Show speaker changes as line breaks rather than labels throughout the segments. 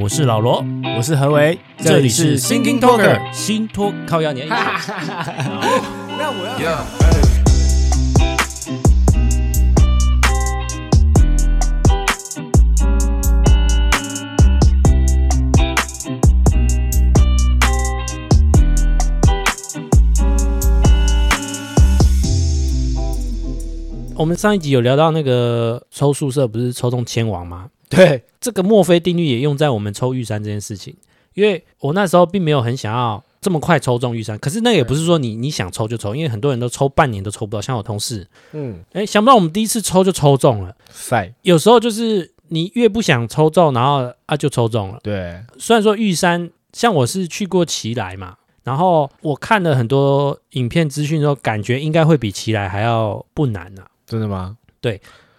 我是老罗，
我是何为，
这里是 Thinking Talker 新托靠压年。
那我要
Yeah.
我们上一集有聊到那个抽宿舍不是抽中千王吗？
对，
这个墨菲定律也用在我们抽玉山这件事情，因为我那时候并没有很想要这么快抽中玉山，可是那也不是说你你想抽就抽，因为很多人都抽半年都抽不到，像我同事，
嗯，
哎，想不到我们第一次抽就抽中了。
赛
有时候就是你越不想抽中，然后啊就抽中了。
对，
虽然说玉山，像我是去过奇来嘛，然后我看了很多影片资讯之后，感觉应该会比奇来还要不难啊。
真的吗？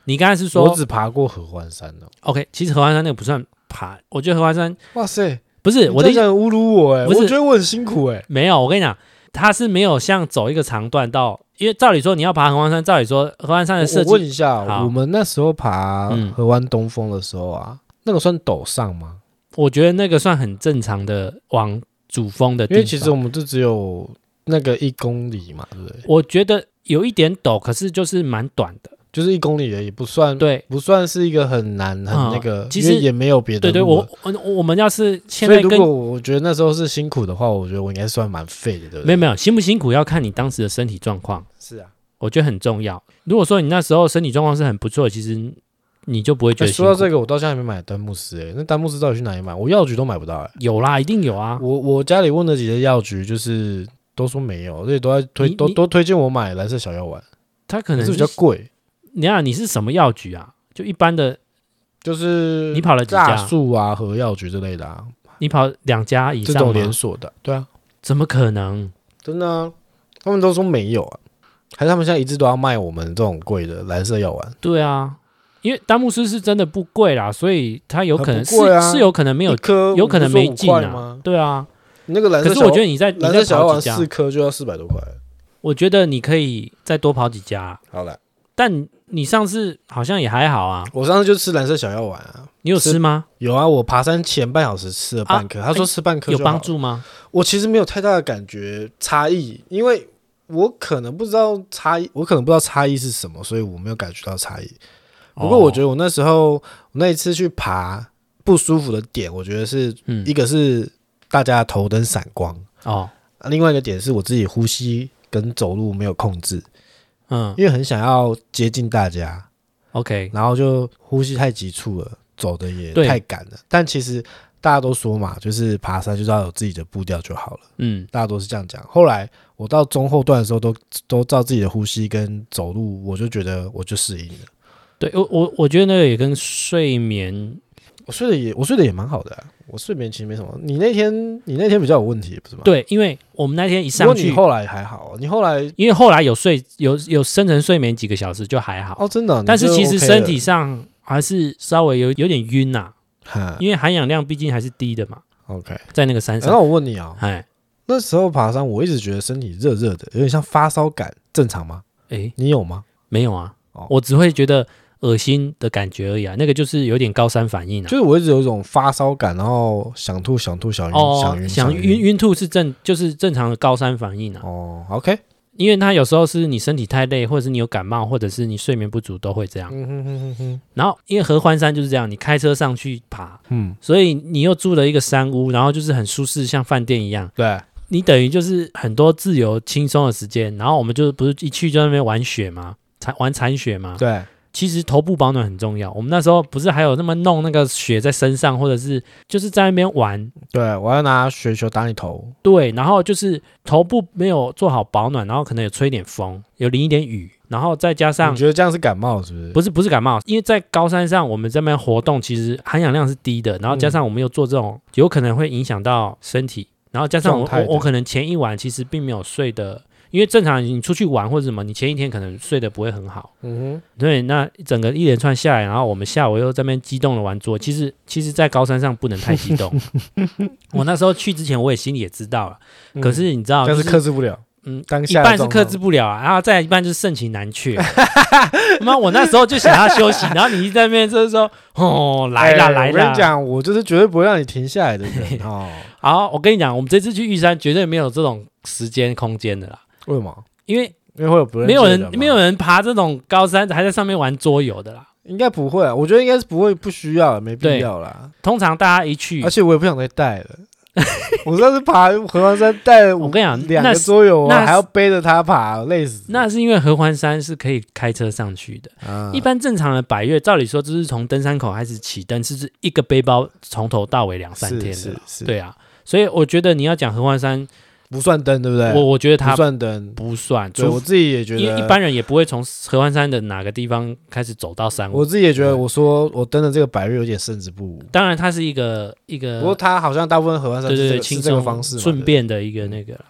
你刚才是
我
说
只爬过合欢山哦。
OK，其实合欢山那个不算爬，我觉得合欢山
哇塞，
不是我的意
你这
思，
样很侮辱我哎，
不是
我觉得我很辛苦哎。
没有，我跟你讲，它是没有像走一个长段到，因为照理说你要爬合欢山，照理说合欢山的
我
设
我问
计
一下，
好
我们那时候爬
嗯
合欢东峰的时候啊，那个算陡上吗？
我觉得那个算很正常的往主峰的地
因
方，
为其实我们就只有那个一公里嘛，对不对？
我觉得有一点陡，可是就是蛮短的。
就是一公里而已，不算
对啊
不算是一个很难很那个，
其
因为
实
也没有别的
对对，
路
我
了
我我们要是现
所以
在
如
跟
果我觉得那时候是辛苦的话，我觉得我应该算蛮废的，对不对？
没有没有辛不辛苦要看你当时的身体状况，
是啊。
我觉得很重要。如果说你那时候身体状况是很不错，其实你就不会觉
哎
得辛
说
苦。
到这个，我到现在还没买丹木斯哎，那丹木斯到底去哪里买？我药局都买不到哎。
有啦，一定有啊。
我我家里问了几家药局，就是都说没有，而且都在推
你
都
你
都推荐我买蓝色小药丸，
他可
可
能是
是比较贵。
你看你是什么药局啊？就一般的，
就是
你跑了几家
大树啊、和药局之类的啊，
你跑两家以
这
上
种
吗
连锁的，对啊，
怎么可能？
真的啊，他们都说没有啊，还是他们现在一直都要卖我们这种贵的蓝色药丸，
对啊，因为丹木斯是真的不贵啦，所以它有可能
很
是
不贵啊
是有可能没有
一，颗，
有可能没
不是
进
说五块
啊
吗。？
对啊，
那个蓝色
可
小，
是我觉得你在你
蓝色
在
小药
跑
丸
几家
四，颗就要四百多块，
我觉得你可以再多跑几家，
好了，
但你上次好像也还好啊，
我上次就吃蓝色小药丸啊。
你有吃吗？
有啊，我爬山前半小时吃了半颗，他说吃半
啊哎
颗
有
就好
帮。助吗？
我其实没有太大的感觉差异，因为我可能不知道差异，我可能不知道差异是什么，所以我没有感觉到差异。不过我觉
得，
得我那时候，我那一次去爬不舒服的点，我觉得是
嗯
一，个是大家的头灯散光，
哦，
啊另外一个点是我自己呼吸跟走路没有控制，
嗯
因为很想要接近大家，
，OK，
然后就呼吸太急促了，走的也
对
太赶了。但其实大家都说嘛，就是爬山就是要有自己的步调就好了，
嗯，
大家都是这样讲。后来我到中后段的时候都都照自己的呼吸跟走路，我就觉得我就适应了。
对我我我觉得那个也跟睡眠，
我睡的也我睡的也蛮好的啊、我睡眠其实没什么。你那天你那天比较有问题不是吗？，
对，因为我们那天一
不
上
过你
去，
后来还好，你后来
因为后来有睡有有深层睡眠几个小时就还好，
哦真的啊、
但是
你就
其实
OK
身体上还是稍微有有点晕呐、
了哈
因为含氧量毕竟还是低的嘛，
OK。
在那个山
然
上，
后我问你啊、
哎
那时候爬山我一直觉得身体热热的，有点像发烧感，正常吗？
哎，
你有吗？
没有啊
哦，
我只会觉得恶心的感觉而已啊，那个就是有点高山反应啊。
就是我一直有一种发烧感，然后想吐、想吐、想晕、
哦
想，晕、
想晕。晕吐是正就是正常的高山反应啊。
哦，OK，
因为它有时候是你身体太累，或者是你有感冒，或者是你睡眠不足都会这样。
嗯哼哼哼哼，
然后因为合欢山就是这样，你开车上去爬，
嗯，
所以你又住了一个山屋，然后就是很舒适，像饭店一样。
对，
你等于就是很多自由轻松的时间。然后我们就不是一去就在那边玩雪吗？铲玩铲雪吗？
对，
其实头部保暖很重要。我们那时候不是还有那么弄那个雪在身上，或者是就是在那边玩，
对，我要拿雪球打你头，
对，然后就是头部没有做好保暖，然后可能有吹点风，有淋一点雨，然后再加上
你觉得这样是感冒是不是？
不是不是感冒，因为在高山上我们这边活动其实含氧量是低的，然
嗯
后加上我们又做这种，有可能会影响到身体，然后加上我
状态的
我我可能前一晚其实并没有睡的，因为正常你出去玩或者什么，你前一天可能睡得不会很好。
嗯
对，那整个一连串下来，然后我们下午又在那边激动的玩桌。其实，其实，在高山上不能太 激动。我那时候去之前，我也心里也知道了，
哼
可是你知道，嗯
但
就是是
克制不了，
嗯，
当
一
下的
半是
状
克
况
制不了啊，然后再一半就是盛情难却。 妈，我那时候就想要休息，然后你一在那边就是说，哦，来啦、
哎
来
我跟你
啦。
讲，我就是绝对不会让你停下来 的人哦。
好，我跟你讲，我们这次去玉山绝对没有这种时间空间的啦，
为什么？
因为
因为会有不认识
没有
的
人
吗
没有，人爬这种高山还在上面玩桌游的啦。
应该不会啊。我觉得应该是不会，不需要，没必
对
要啦。
通常大家一去
而，且我也不想再带了。我上次爬 合欢山带了五
我跟你讲
两
那
个
是
桌游
那
啊，
是
还要背着它爬，累死。
那是因为合欢山是可以开车上去的。
啊
一般正常的百越，照理说就是从登山口开始起登，是不是一个背包从头到尾两三
是
天的
是
啦？
是，
对啊，所以我觉得你要讲合欢山，
不算灯，对不对？
我我觉得它
不算灯，
不算，
对我
除
自己也觉
一
得
一般人也不会从合欢山的哪个地方开始走到山
我
尾。
自己也觉得，我说我登的这个百日有点胜之不武。
当然，它是一个一
不过
个
它好像大部分合欢山
呃对
是
对
这
对
个是
轻
这个
松
方式嘛，
顺
对
便的一个那个啦。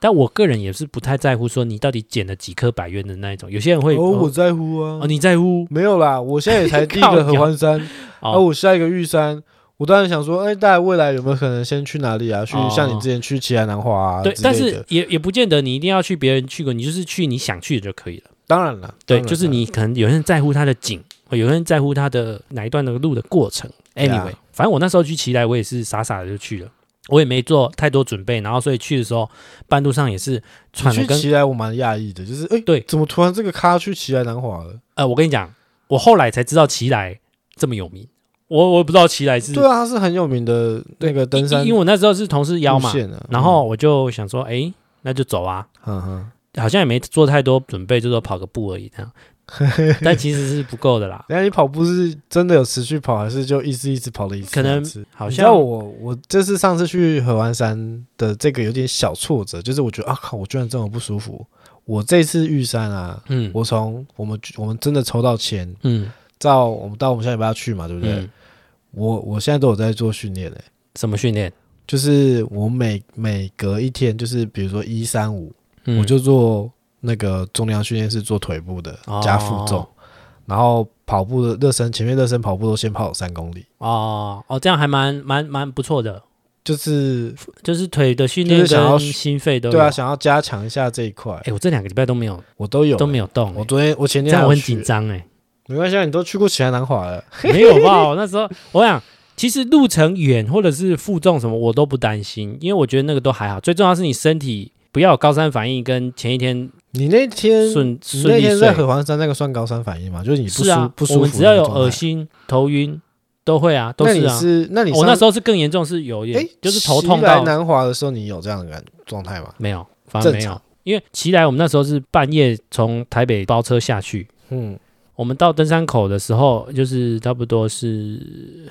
但我个人也是不太在乎说你到底捡了几颗百元的那一种，有些人会
哦，我在乎啊
哦，你在乎
没有啦，我现在也才第 一
靠
个
腰
合欢山，而
哦，
我下一个玉山，我当然想说，哎，大家未来有没有可能先去哪里啊？去
哦
像你之前去奇兰南华啊
对
之，类
但
的
是也也不见得你一定要去别人去过，你就是去你想去的就可以了。
当然了，
对，
当然
就是
了
你可能有人在乎它的景，或有人在乎它的哪一段的路的过程。
对
Anyway，、
啊
反正我那时候去奇来，我也是傻傻的就去了，我也没做太多准备，然后所以去的时候半路上也是
你
喘的
去
跟
奇来，我蛮讶异的，就是哎，
对
怎么突然这个咖去奇来南华了？
呃，我跟你讲，我后来才知道奇来这么有名，我我也不知道奇来是
对啊，它是很有名的那个登山
因因为我那时候是同事邀
路
嘛，
线啊，
然后我就想说，诶，那就走啊，
嗯，嗯嗯，
好像也没做太多准备，就说跑个步而已这样，但其实是不够的啦，
等一下你跑步是真的有持续跑，还 是就一次一次跑了一次？
可能
一次
好
你知道
像
我我这次上次去合欢山的这个有点小挫折，就是我觉得啊靠，我居然这么不舒服。我这次玉山啊，
嗯
我从我们我们真的抽到签，
嗯
到我们到我们下礼拜要去嘛，对不对？
嗯，
我我现在都有在做训练诶、欸
什么训练？
就是我每每隔一天，就是比如说一三五，
嗯
我就做那个重量训练是做腿部的
哦
加负重，然后跑步的热身，前面热身跑步都先跑三公里，
哦哦，这样还蛮蛮蛮不错的，
就是
就是腿的训
就
练
是想要
跟心肺都有
对啊，，想要加强一下这一块，
哎、我这两个礼拜都没有
我都有
都没有动、
我
欸，
昨天我前
这
天还
样
有
我很
去
紧，张哎，
没关系，啊，你都去过奇来南华了，
没有吧？ 我那时候我想，其实路程远或者是负重什么，我都不担心，因为我觉得那个都还好。最重要是你身体不要有高山反应，跟前一天
你那天
顺
你
顺
那
利
天在合
睡。
欢山那个算高山反应吗？就是你不
是
舒、
啊，
不舒
我
服的
们
状态，
只要有恶心、头晕都会啊，都
那
是
你
啊。
是那你
我那时
候
候是更严重，是有点、
哎，
就是头痛
奇来
到
南华的时候，你有这样的感状态吗？
没有，反正没
正
有
常。
因为奇来，我们那时候是半夜从台北包车下去，
嗯，
我们到登山口的时候，就是差不多是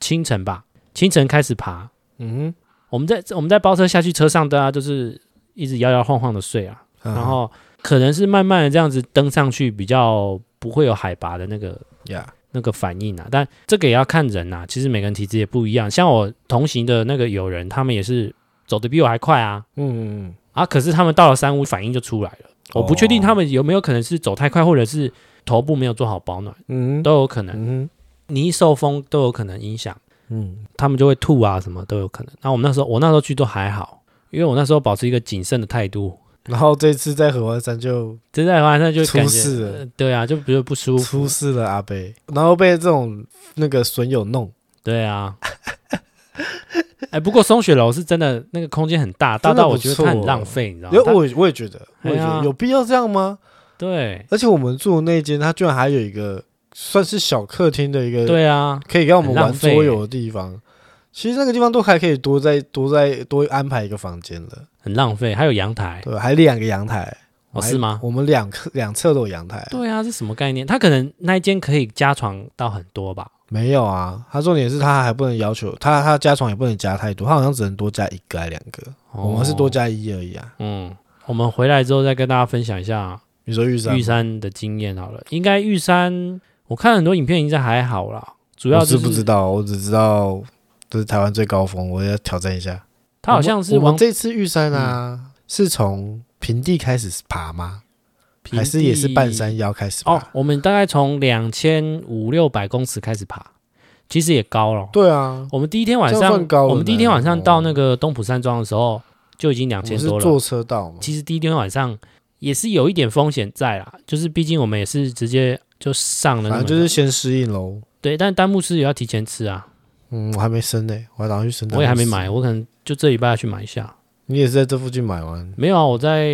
清晨吧，清晨开始爬。
嗯
我们在我们在包车下去，车上大家就是一直摇摇晃晃的睡啊，
哼，
然后可能是慢慢的这样子登上去，比较不会有海拔的那个
呀，
那个反应啊。但这个也要看人呐、其实每个人体质也不一样。像我同行的那个友人，他们也是走得比我还快啊，
嗯嗯
啊，可是他们到了山屋反应就出来了。我不确定
哦
他们有没有可能是走太快，或者是头部没有做好保暖，
嗯
都有可能。
嗯
你一受风都有可能影响，
嗯，
他们就会吐啊，什么都有可能。那我们那时候，我那时候去都还好，因为我那时候保持一个谨慎的态度。
然后这次在合欢山就
这在晚上就感觉、
出事了
呃对啊，就比如不舒服，
出事了阿贝，然后被这种那个损友弄，
对啊。哎，不过松雪楼是真的，那个空间很大，大
真的
到
不
我觉得它很
错哦
浪费，你知道
因为
吗？
我也我也觉得，我也觉
哎呀
得有必要这样吗？
它对
而且我们住的那间，它居然还有一个算是小客厅的一个，
对啊，
可以让我们
很浪
玩
费
桌游的地方。其实那个地方都还可以多再多再多安排一个房间了，
很浪费，还有阳台
对，还两个阳台，
哎哦，
还
是吗？
我们两个两侧都有阳台，
对啊，是什么概念？它可能那一间可以加床到很多吧？
没有啊。他重点是他还不能要求他他加床也不能加太多，他好像只能多加一个还两个，我们是多
哦
加一而已啊。
嗯，我们回来之后再跟大家分享一下
你说玉山吗，
玉山的经验好了。应该玉山，我看很多影片应该还好啦，主要
我
就是
不知道，我只知道这是台湾最高峰，我要挑战一下。
它好像是
我们我
往嗯
们这次玉山啊，是从平地开始爬吗？
平
还是也是
地
半山腰开始爬？
哦。我们大概从两千五六百公尺开始爬，其实也高了。
对啊，
我们第一天晚
这样
上
算高，了
我们第一天晚上
呢
到那个东浦山庄的时候，就已经两
我
千
是
多了
坐。车到嘛，
其实第一天晚上也是有一点风险在啦，就是毕竟我们也是直接就上了那
反
么多，
正就是先适应喽。
对，但丹木斯也要提前吃啊，
嗯，我还没生呢、我还打算去生。
我也还没。买，我可能就这礼拜要去买一下。
你也是在这附近买完？
没有啊，我在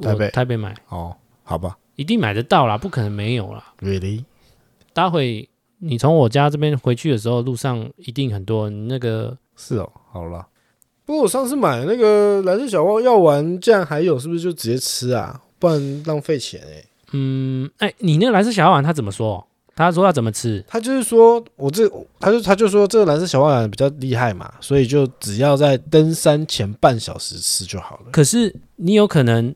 台北
我台北买，
哦，好吧
一定买得到啦，不可能没有啦。
，Really？
待会你从我家这边回去的时候，路上一定很多人那个
是哦，好了。不过我上次买那个蓝色小药药丸，竟然还有，是不是就直接吃啊？不然浪费钱哎、
嗯，哎、你那个蓝色小药丸他怎么说？他说要怎么吃？
他就是说我这，他就他就说这个蓝色小药丸比较厉害嘛，所以就只要在登山前半小时吃就好了。
可是你有可能，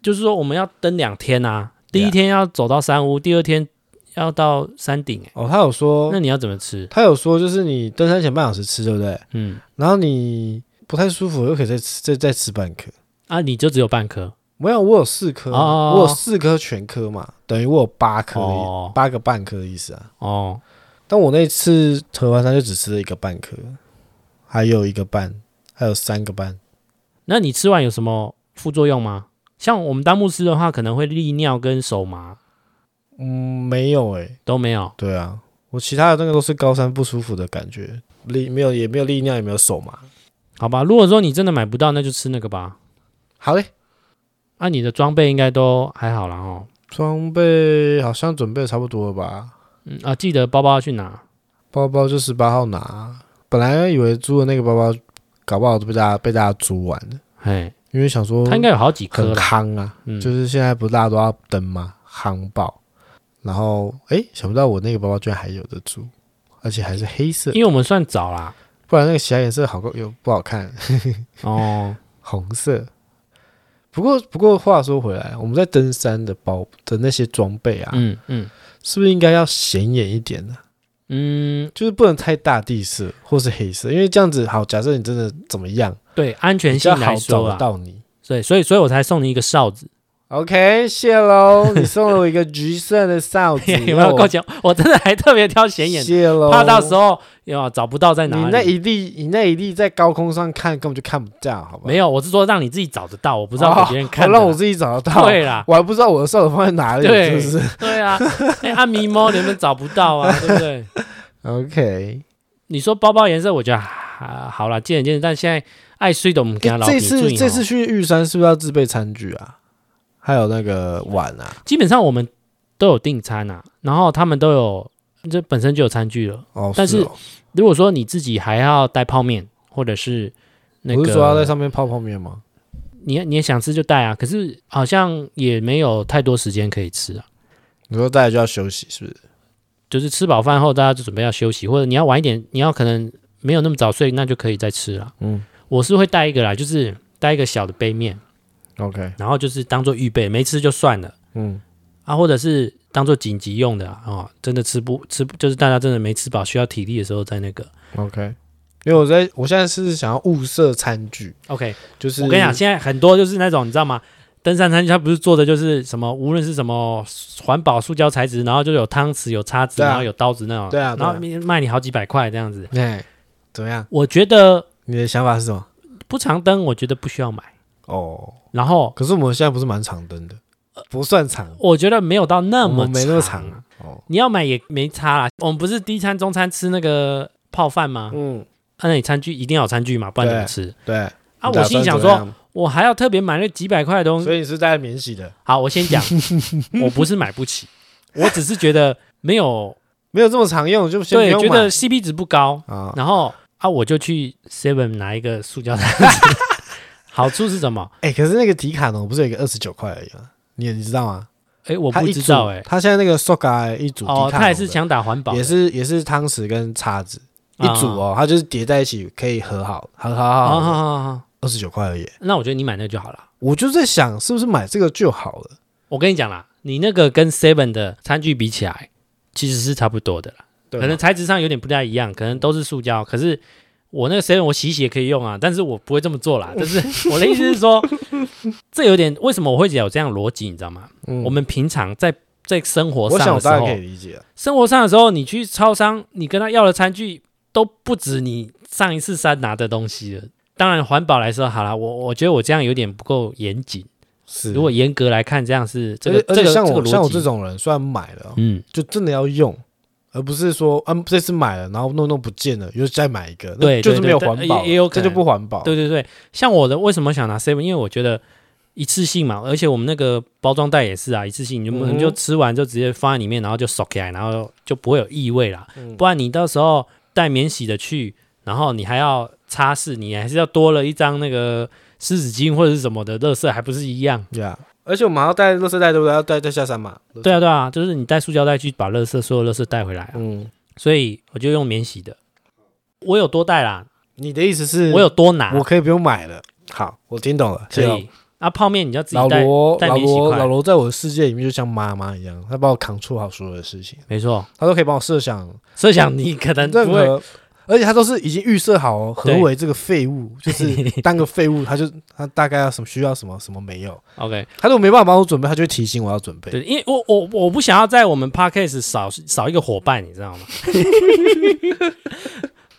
就是说我们要登两天啊，第一天要走到山屋，第二天要到山顶、哎，
哦，他有说
那，你要怎么吃？
他有说就是你登山前半小时吃，对不对？
嗯，
然后你不太舒服，又可以再吃再再吃半颗。
啊，你就只有半颗
没有，我有四颗，
哦
我有四颗全颗嘛，等于我有八颗的意，
哦
八个半颗的意思啊。
哦，
但我那次合完山就只吃了一个半颗，还有一个半，还有三个半。
那你吃完有什么副作用吗？像我们当牧师的话，可能会利尿跟手麻
嗯，没有诶、
都没有。
对啊，我其他的那个都是高山不舒服的感觉，力没有也没有力量，也没有手麻。
好吧，如果说你真的买不到，那就吃那个吧。
好嘞，
啊，你的装备应该都还好啦哦。
装备好像准备得差不多了吧？
嗯啊，记得包包要去拿。
包包就十八号拿，本来以为租的那个包包，搞不好都被大家被大家租完了，
嘿，
因为想说
它应该有好几颗
很
啦。
夯啊，
嗯，
就是现在不是大家都要登吗？夯爆，然后诶，想不到我那个包包居然还有的租，而且还是黑色，
因为我们算早啦。
不然那个其他颜色好够又不好看，
哦，
红色。不过不过话说回来，我们在登山的包的那些装备 啊，
嗯嗯
是不是应该要显眼一点呢、
嗯，
就是不能太大地色或是黑色，因为这样子好，假设你真的怎么样，
对，安全
比
性
较
来
好找
说
得
啊，
到你。
对，所以所以我才送你一个哨 子。
OK，谢喽，你送了我一个橘色的 哨子，哦
有没有够讲？我真的还特别挑显 眼，
谢喽，
怕到时候要找不到在
哦你
哪
那
里。
一粒，你那一粒在高空上看根本就看不到，好吧？
没
有，
有，我是说让你自己找得到，我不知道
哦
给别人看
我
的
让
啦。
我自己找得到。
对啦，
我还不知道我的哨子放在哪里，
对
是不是
对啊， 哎，按迷猫你们找不到 啊，对不对？
？OK，
你说包包颜色，我觉得还好啦，见仁见智。但现在爱睡的我们给他老皮
哎这
注
次
意哦
这次去玉山是不是要自备餐具啊？还有那个碗啊？
基本上我们都有订餐啊，然后他们都有这本身就有餐具了。
哦，
但是
哦
如果说你自己还要带泡面，或者是那
不
个，
是说要在上面泡泡面吗？
你你也想吃就带啊，可是好像也没有太多时间可以吃啊。
你说大家就要休息，是不是？
就是吃饱饭后，大家就准备要休息，或者你要晚一点，你要可能没有那么早睡，那就可以再吃了。
嗯
我是会带一个啦，就是带一个小的杯面，
，OK，
然后就是当做预备，没吃就算了。
嗯，
啊，或者是当做紧急用的啊、哦，真的吃不吃不，就是大家真的没吃饱，需要体力的时候再那个。
OK，因为我在我现在是想要物色餐具，
OK，
就是
我跟你讲，现在很多就是那种你知道吗？登山餐具它不是做的就是什么，无论是什么环保塑胶材质，然后就有汤匙、有叉子，
对啊
然后有刀子那种，
对啊对
然
啊
后卖你好几百块这样子。
哎，怎么样？
我觉得
你的想法是什么？
不常登，我觉得不需要买。
哦，
然后
可是我们现在不是蛮长灯的，不算长，
我觉得没有到那
我
么
们没那么
长
长
啊，
哦。
你要买也没差啦。我们不是第一餐、中餐吃那个泡饭吗？
嗯，
啊那你餐具一定要有餐具嘛，不然怎么
对
吃？
对。
啊，
你打
我心里
算
想
怎么
说，
样，
我还要特别买那几百块的东西。
所以你是带免洗的，
好，我先 讲，我不是买不起，我只是觉得没有
没有这么常用，就 先不
对，
用
觉
买
得 CP 值不高。
啊。
然后啊，我就去 Seven 拿一个塑胶 袋子。好处是什么？
哎，可是那个迪卡侬不是有一个二十九块而已吗？你你知道吗？
哎，我
它
不
一
知道
组
哎。
它现在那个 Soga 一组迪
哦，
卡侬的
他也是想打环保的，
也是也是汤匙跟叉子一组哦，它就是叠在一起可以合好，合
啊。
好
好好
好
好好，
二十九块而已。
那我觉得你买那个就好了。
我就在想，是不是买这个就好了？
我跟你讲啦，你那个跟 Seven 的餐具比起来，其实是差不多的啦。
对
可能
吗
材质上有点不太一样，可能都是塑胶。可是我那个 seven 我洗一洗也可以用啊，但是我不会这么做 啦。但是我的意思是说， 这有点为什么我会有这样的逻辑，你知道吗？
嗯
我们平常在在生活
我想
上的
我
时
大概可以
候，
理解啊。
生活上的时候，你去超商，你跟他要的餐具都不止你上一次山拿的东西了。当然环保来说，好啦，我我觉得我这样有点不够严谨。
是
如果严格来看，这样是这
而
个
且而
这
且
个
像我
个
像我
逻
这
辑，
种人，虽然买了，
嗯，
就真的要用，而不是说啊这次买了，然后弄弄不见了，又再买一个，那
对
就是
对
没有
对
环
但
保，
也也有可
这就
能
不环保。
对对对，像我的为什么想拿 seven？因为我觉得一次性嘛，而且我们那个包装袋也是啊，一次性你就、
嗯哼
你就吃完就直接放在里面，然后就收起来，然后就不会有异味啦。
嗯
不然你到时候带免洗的去，然后你还要擦拭，你还是要多了一张那个湿纸巾或者是什么的，垃圾还不是一样？
呀而且我们还要带垃圾袋，对不对？要带带下山嘛。
对啊，对啊，就是你带塑胶袋去把垃圾所有垃圾带回来啊、
嗯，
所以我就用免洗的。我有多带啦，
你的意思是，
我有多拿，
我可以不用买了。好，我听懂了。
可
谢谢
以。那、泡面你要自
老
己带，
罗，
带
老
免洗
罗，
筷
老罗在我的世界里面就像妈妈一样，他帮我扛出好所有的事情，
没错。
他都可以帮我设想
设想你可能
任
不会，
何，而且他都是已经预设好哦，何
对
为这个废物， 就是当个废物，他就他大概要什么需要什么什么没有，
OK，
他如果没办法帮我准备，他就会提醒我要准备。
对，因为我我我不想要在我们 podcast 少少一个伙伴，你知道吗？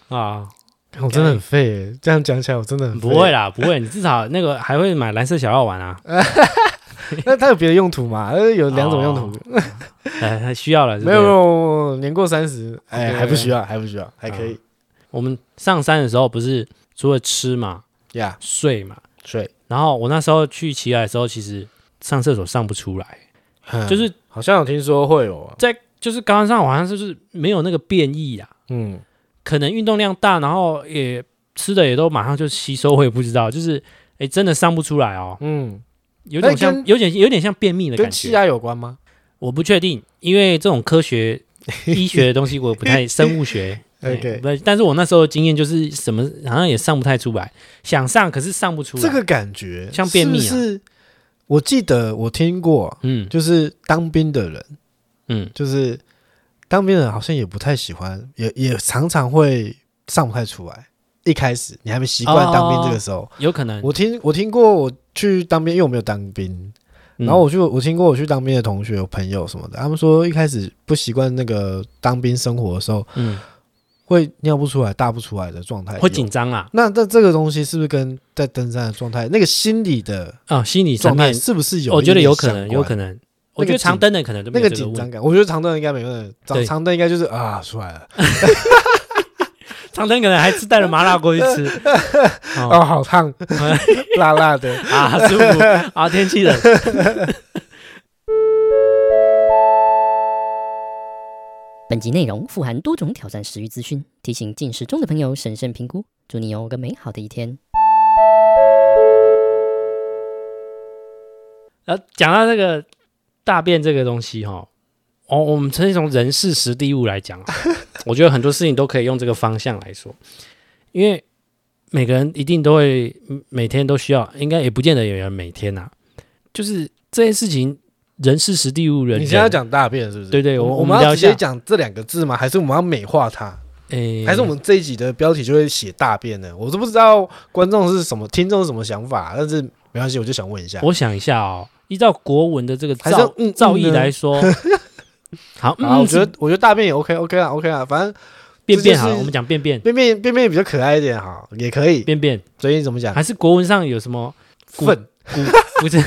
啊，
我真的很废耶，这样讲起来我真的很
不会
了。
啦，不会，你至少那个还会买蓝色小药丸啊，
那他有别的用途嘛？呃有两种用途，
呃，还需要了，哦是不
没
是
有没。有没有，年过三十，哎，
对嗯
还不需要，还不需要，还可以
我们上山的时候不是除了吃嘛、
呀。
睡嘛，
睡
然后我那时候去骑来的时候，其实上厕所上不出来，就
嗯
是
好像有听说会有，啊
在就是高山上好像就是没有那个便意啊，
嗯，
可能运动量大，然后也吃的也都马上就吸收，我也不知道，就是哎真的上不出来哦，
嗯，
有点
哎
像
跟
有点有点像便秘的
跟
感
气
觉，
压有关吗？
我不确定，因为这种科 学医学的东西我不太生物学。哎
OK
不，但是我那时候的经验就是什么，好像也上不太出来，想上可是上不出来。
这个感觉
啊像便秘啊
是不是？我记得我听过，
嗯
就是当兵的人，
嗯，
就是当兵的人好像也不太喜欢，也也常常会上不太出来。一开始你还没习惯当兵这个时候，
有可能。
我听我听过我去当兵，因为我没有当兵，
嗯
然后我去我听过我去当兵的同学、有朋友什么的，他们说一开始不习惯那个当兵生活的时候，
嗯
会尿不出来、大不出来的状态，
会紧。张啊，
那那这个东西是不是跟在登山的状态、那个心理的
啊，心理层
状态
面，
是不是有？
我觉得有可能，有可
能。
能。我觉得长灯的可能都没
那
有这
个紧
问
张
题，
感，我觉得长灯应该没问题，长
对
长灯应该就是啊出来了，
长灯可能还是带了麻辣锅去 吃。哦
哦好烫， 辣辣的。
啊，舒服啊，天气 冷。
本集内容富含多种挑战食欲资讯，提醒进食中的朋友审慎评估。祝你有个美好的一天。
然后讲到这个大便这个东西哈、哦，我们曾经从人事实地物来讲 啊，我觉得很多事情都可以用这个方向来说，因为每个人一定都会嗯每天都需要，应该也不见得有人每天呐、就是这件事情，人事实地物人
你现在要，讲大便是不是？
对对我
我
我们
要
聊一
直接
下
讲这两个字吗？还是我们要美化它？
诶
还是我们这一集的标题就会写大便呢？我都不知道观众是什么，听众是什么想法，但是没关系，我就想问一下。
我想一下哦，依照国文的这个
还是
造
嗯嗯
造诣
呢
来说， 好，嗯
啊，我
嗯
觉得我觉得大便也 OK OK 啊 OK 啊，反正
便
这就
便好了，
是
我们讲便便
便便便便比较可爱一点哈，也可以。
便啊便，
最近怎么讲？
还是国文上有什么古
粪
古 不是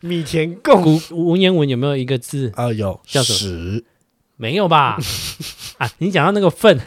米田共
古文言文有没有一个字？
啊有
叫什么
屎
没有 吧？啊，你讲到那个粪，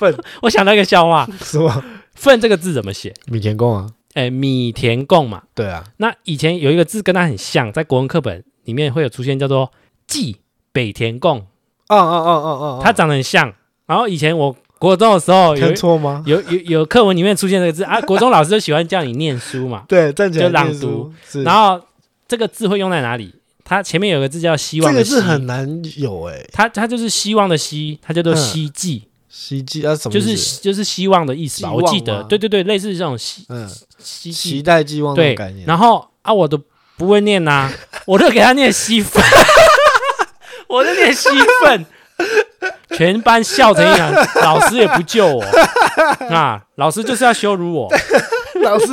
粪
我想到一个笑话，
是吗？
粪这个字怎么写？
米田共啊，
哎，米田共嘛。
对啊，
那以前有一个字跟它很像，在国文课本里面会有出现，叫做冀北田共，
哦哦哦哦哦，
它长得很像。然后以前我国中的时 候有
看错吗？
有有有课文里面出现这个字啊，国中老师就喜欢叫你念书 嘛。
对，站起来
就朗
念书
读，
是
然后这个字会用在哪里？它前面有个字叫希望
这
的
个
希，
是很难有哎，
它它就是希望的希，它叫做
嗯
希冀。
希冀啊什么
就
意思？
是就是希望的意思吧，
寄望
我记
吗
得，对对对，类似这种希
嗯，
希
期
冀，
待寄望的
对
概念。。
然后啊，我都不会念呐、我都给他念稀饭， 我都念稀饭，全班笑成一团，老师也不救我啊，老师就是要羞辱我
老师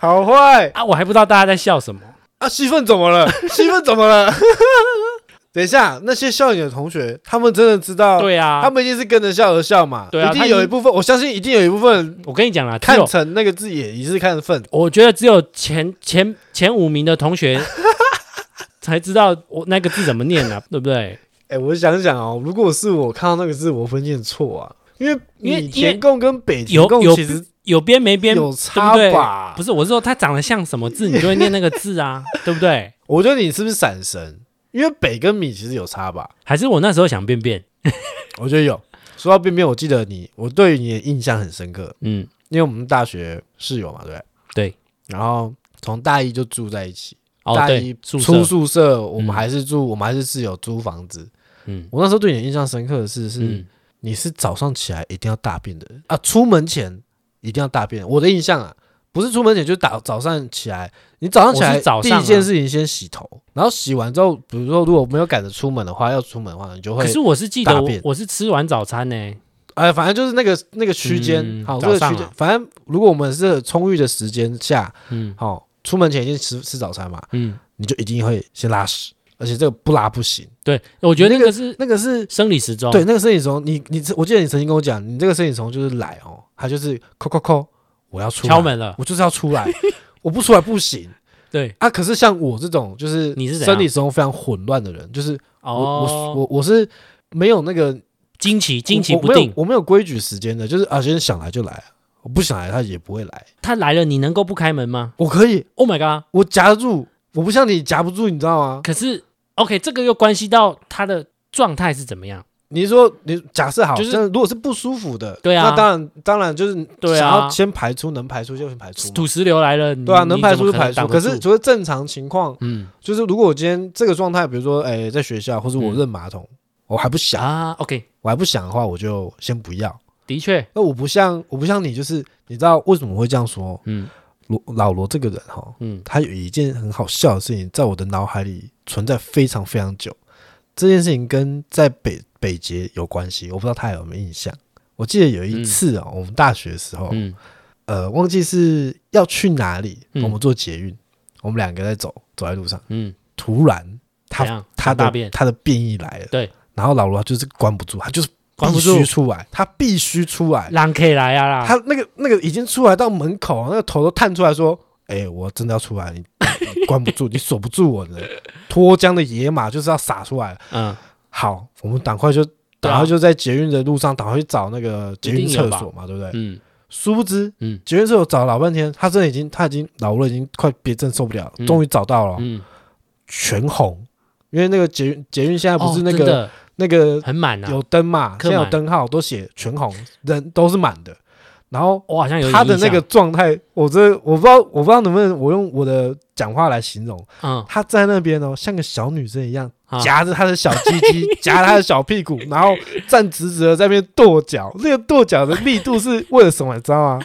好坏
啊，我还不知道大家在笑什么。
啊！戏份怎么了？戏份怎么了？ 等一下，那些校园的同学，他们真的知道，
对啊，
哦他们一定是跟着笑而笑嘛，
对啊
一
他
定
一定
有一部分，我相信一定有一部分人
我跟你讲啦，只
看
有
成那个字也也是看份，
我觉得只有前前前五名的同 学才知道我那个字怎么念啊， 对不对？
哎、我想想哦，如果是我看到那个字，我会念错啊，因为
因为
米田共跟北田
有
共
有
其实
有边没边，
有
对
差
不对
吧？
不是，我是说他长得像什么字，你就会念那个字 啊，对不对？
我觉得你是不是闪神？因为北跟米其实有差吧？
还是我那时候想便便，
我觉得有。说到便便，我记得你，我对你的印象很深刻，
嗯，
因为我们大学室友嘛，对不
对。
然后从大一就住在一起，
哦
大一
对，宿
出
舍，
宿舍，我
嗯
们还是住，我们还是室友租房子。
嗯
我那时候对你的印象深刻的是，是、
嗯，
你是早上起来一定要大便的人啊，出门前一定要大便。我的印象啊，不是出门前就是打早上起来，你早上起
我
来
是早
第
上啊
一件事情先洗头，然后洗完之后，比如说如果没有赶着出门的话，要出门的话，你就会
可是我是记得
大
我
便
我是吃完早餐呢、
呃，反正就是那个那个区间，
嗯
好，
早
这个
上
区
啊
间，反正如果我们是充裕的时间下，
嗯
好，出门前一定吃吃早餐嘛，
嗯，
你就一定会先拉屎，而且这个不拉不行，
对，我觉得那个是
那个是
生理时钟，
对，那个摄影虫，你你我记得你曾经跟我讲，你这个摄影虫就是来哦，他就是扣扣扣，我要出来
敲，门了，
我就是要出来，我不出来不行
对，
啊。可是像我这种就是
你是怎样
生理时钟非常混乱的人，就是我、我
哦，
我我是没有那个
惊奇惊奇
我
不定，
我没有我没有规矩时间的，就是啊，今天想来就来，我不想来他也不会来，
他来了，你能够不开门吗
我可以，
？Oh my god！
我夹得住，我不像你夹不住，你知道吗？
可是 OK，这个又关系到他的状态是怎么样。
你是说你假设好，
就是
真的如果是不舒服的，
对啊
那当然当然就是
对啊
想要先排出，能排出就先排出嘛。
土石流来了，你
对啊，能排出就
你怎么
排
能挡
出。
得
可是
住
除了正常情况，
嗯
就是如果我今天这个状态，比如说，哎，在学校或者我
嗯
认马桶，我还不想，
啊，OK，
我还不想的话，我就先不要。
的确，
那我不像我不像你，就是你知道为什么会这样说？
嗯
罗老罗这个人哈，
嗯，
他有一件很好笑的事情，在我的脑海里存在非常非常久。这件事情跟在北北捷有关系，我不知道他有没有印象。我记得有一次啊、我们大学的时候，
嗯
呃，忘记是要去哪里，
嗯
我们坐捷运，我们两个在走，走在路上，
嗯，
突然
怎
他
样？
他的
大便
他的便意来了，
对，
然后老罗就是关不住，他就是
关不
必须
住，
出来，他必须出来，
狼可以来啊啦，
他那个那个已经出来到门口，那个头都探出来说：“哎、我真的要出来，你你关不住，你锁不住我的脱缰的野马就是要撒出来。
嗯，”
好，我们赶快就
对啊
赶快就在捷运的路上，赶快去找那个捷运
一定有
厕
吧
所嘛，对不对？
嗯
殊不知，
嗯
捷运厕所找了老半天，他真的已经他已经老了，已经快别真受不了，
嗯
终于找到了，
嗯，
全红，因为那个捷运捷运现在不
哦
是那
真
个、
的
那个
很满啊
有，灯嘛，
客
现在有
满
灯号都写全红，人都是满的，然后。
我好像有
他的
点印
那
象
个状态，我这我不知道，我不知道能不能我用我的讲话来形容。
嗯，
他站在那边哦，像个小女生一样，
啊
夹着他的小鸡鸡， 夹他的小屁股，然后站直直的在那边跺脚。那个跺脚的力度是为了什么？你知道吗？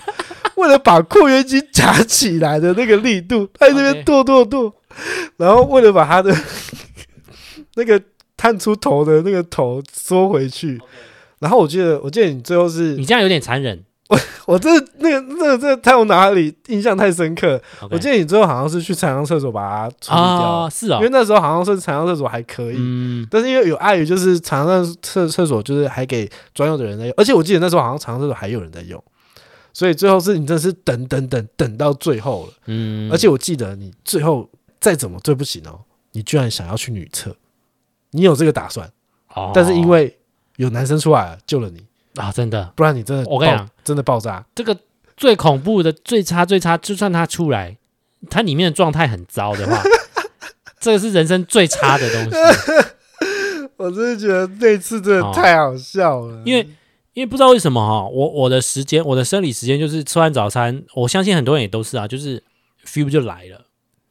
为了把扩约肌夹起来的那个力度，他在那边
OK
跺跺跺，然后为了把他的 那个探出头的那个头缩回去。然后我记得，我记得你最后是
你这样有点残忍。
我这那个那个这个在我脑海里印象太深刻。我记
得
得你最后好像是去残障厕所把它处理掉，
啊，是啊
因为，那时候好像是残障厕所还可以，
嗯，
但是因为有碍于就是残障厕厕所就是还给专用的人在用，而且我记得那时候好像残障厕所还有人在用，所以最后是你真的是等等等等到最后了，
嗯，
而且我记得你最后再怎么对不起哦，你居然想要去女厕，你有这个打算，
哦，
但是因为有男生出来了救了你，
啊，真的，
不然你真的
我跟你
爆
讲
真的爆炸。
这个最恐怖的、最差、最差，就算他出来，他里面的状态很糟的话，这个是人生最差的东西。
我真的觉得那次真的太好笑了，
因为因为不知道为什么哈，我我的时间，我的生理时间就是吃完早餐，我相信很多人也都是啊，就是 feel 就来了。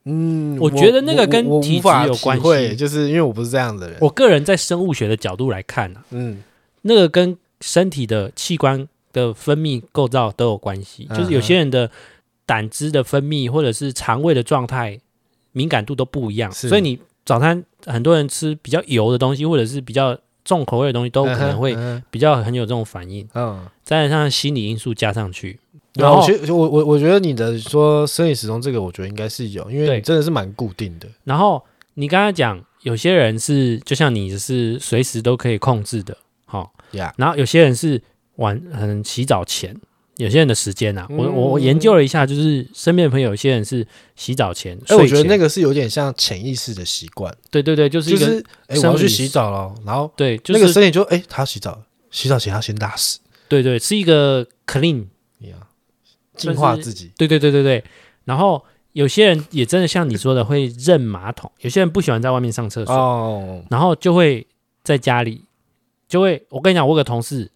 嗯，
我觉得那个跟
我我
体质
无法
有关系哦
体会就是因为我不是这样的人，
我个人在生物学的角度来看啊，
嗯
那个跟身体的器官的分泌构造都有关系，
嗯
就是有些人的胆汁的分泌或者是肠胃的状态敏感度都不一样，
是
所以你早餐很多人吃比较油的东西或者是比较重口味的东西，都可能会
嗯
比较很有这种反应，
嗯，
再加上心理因素加上去，
然
然
后
后
其实我我我觉得你的说生理时钟这个，我觉得应该是有，因为
对
你真的是蛮固定的，
然后你刚才讲有些人是就像你是随时都可以控制的，好、
呀，
然后有些人是晚嗯洗澡前，有些人的时间啊，我我我
嗯
研究了一下，就是身边的朋友，有些人是洗澡前，
哎，我觉得
睡前
那个是有点像潜意识的习惯，
对对对，就是一
就
个、
是哎，我
生
要
理
去洗澡了，然后
对，就
那
是、
个身体就哎，他要洗澡，洗澡前他先拉屎，
对对是一个 clean，
一样
就是
净化自己，
对对对对对，然后。有些人也真的像你说的会认马桶，有些人不喜欢在外面上厕所，
哦，
然后就会在家里，就会我跟你讲，我有个同事，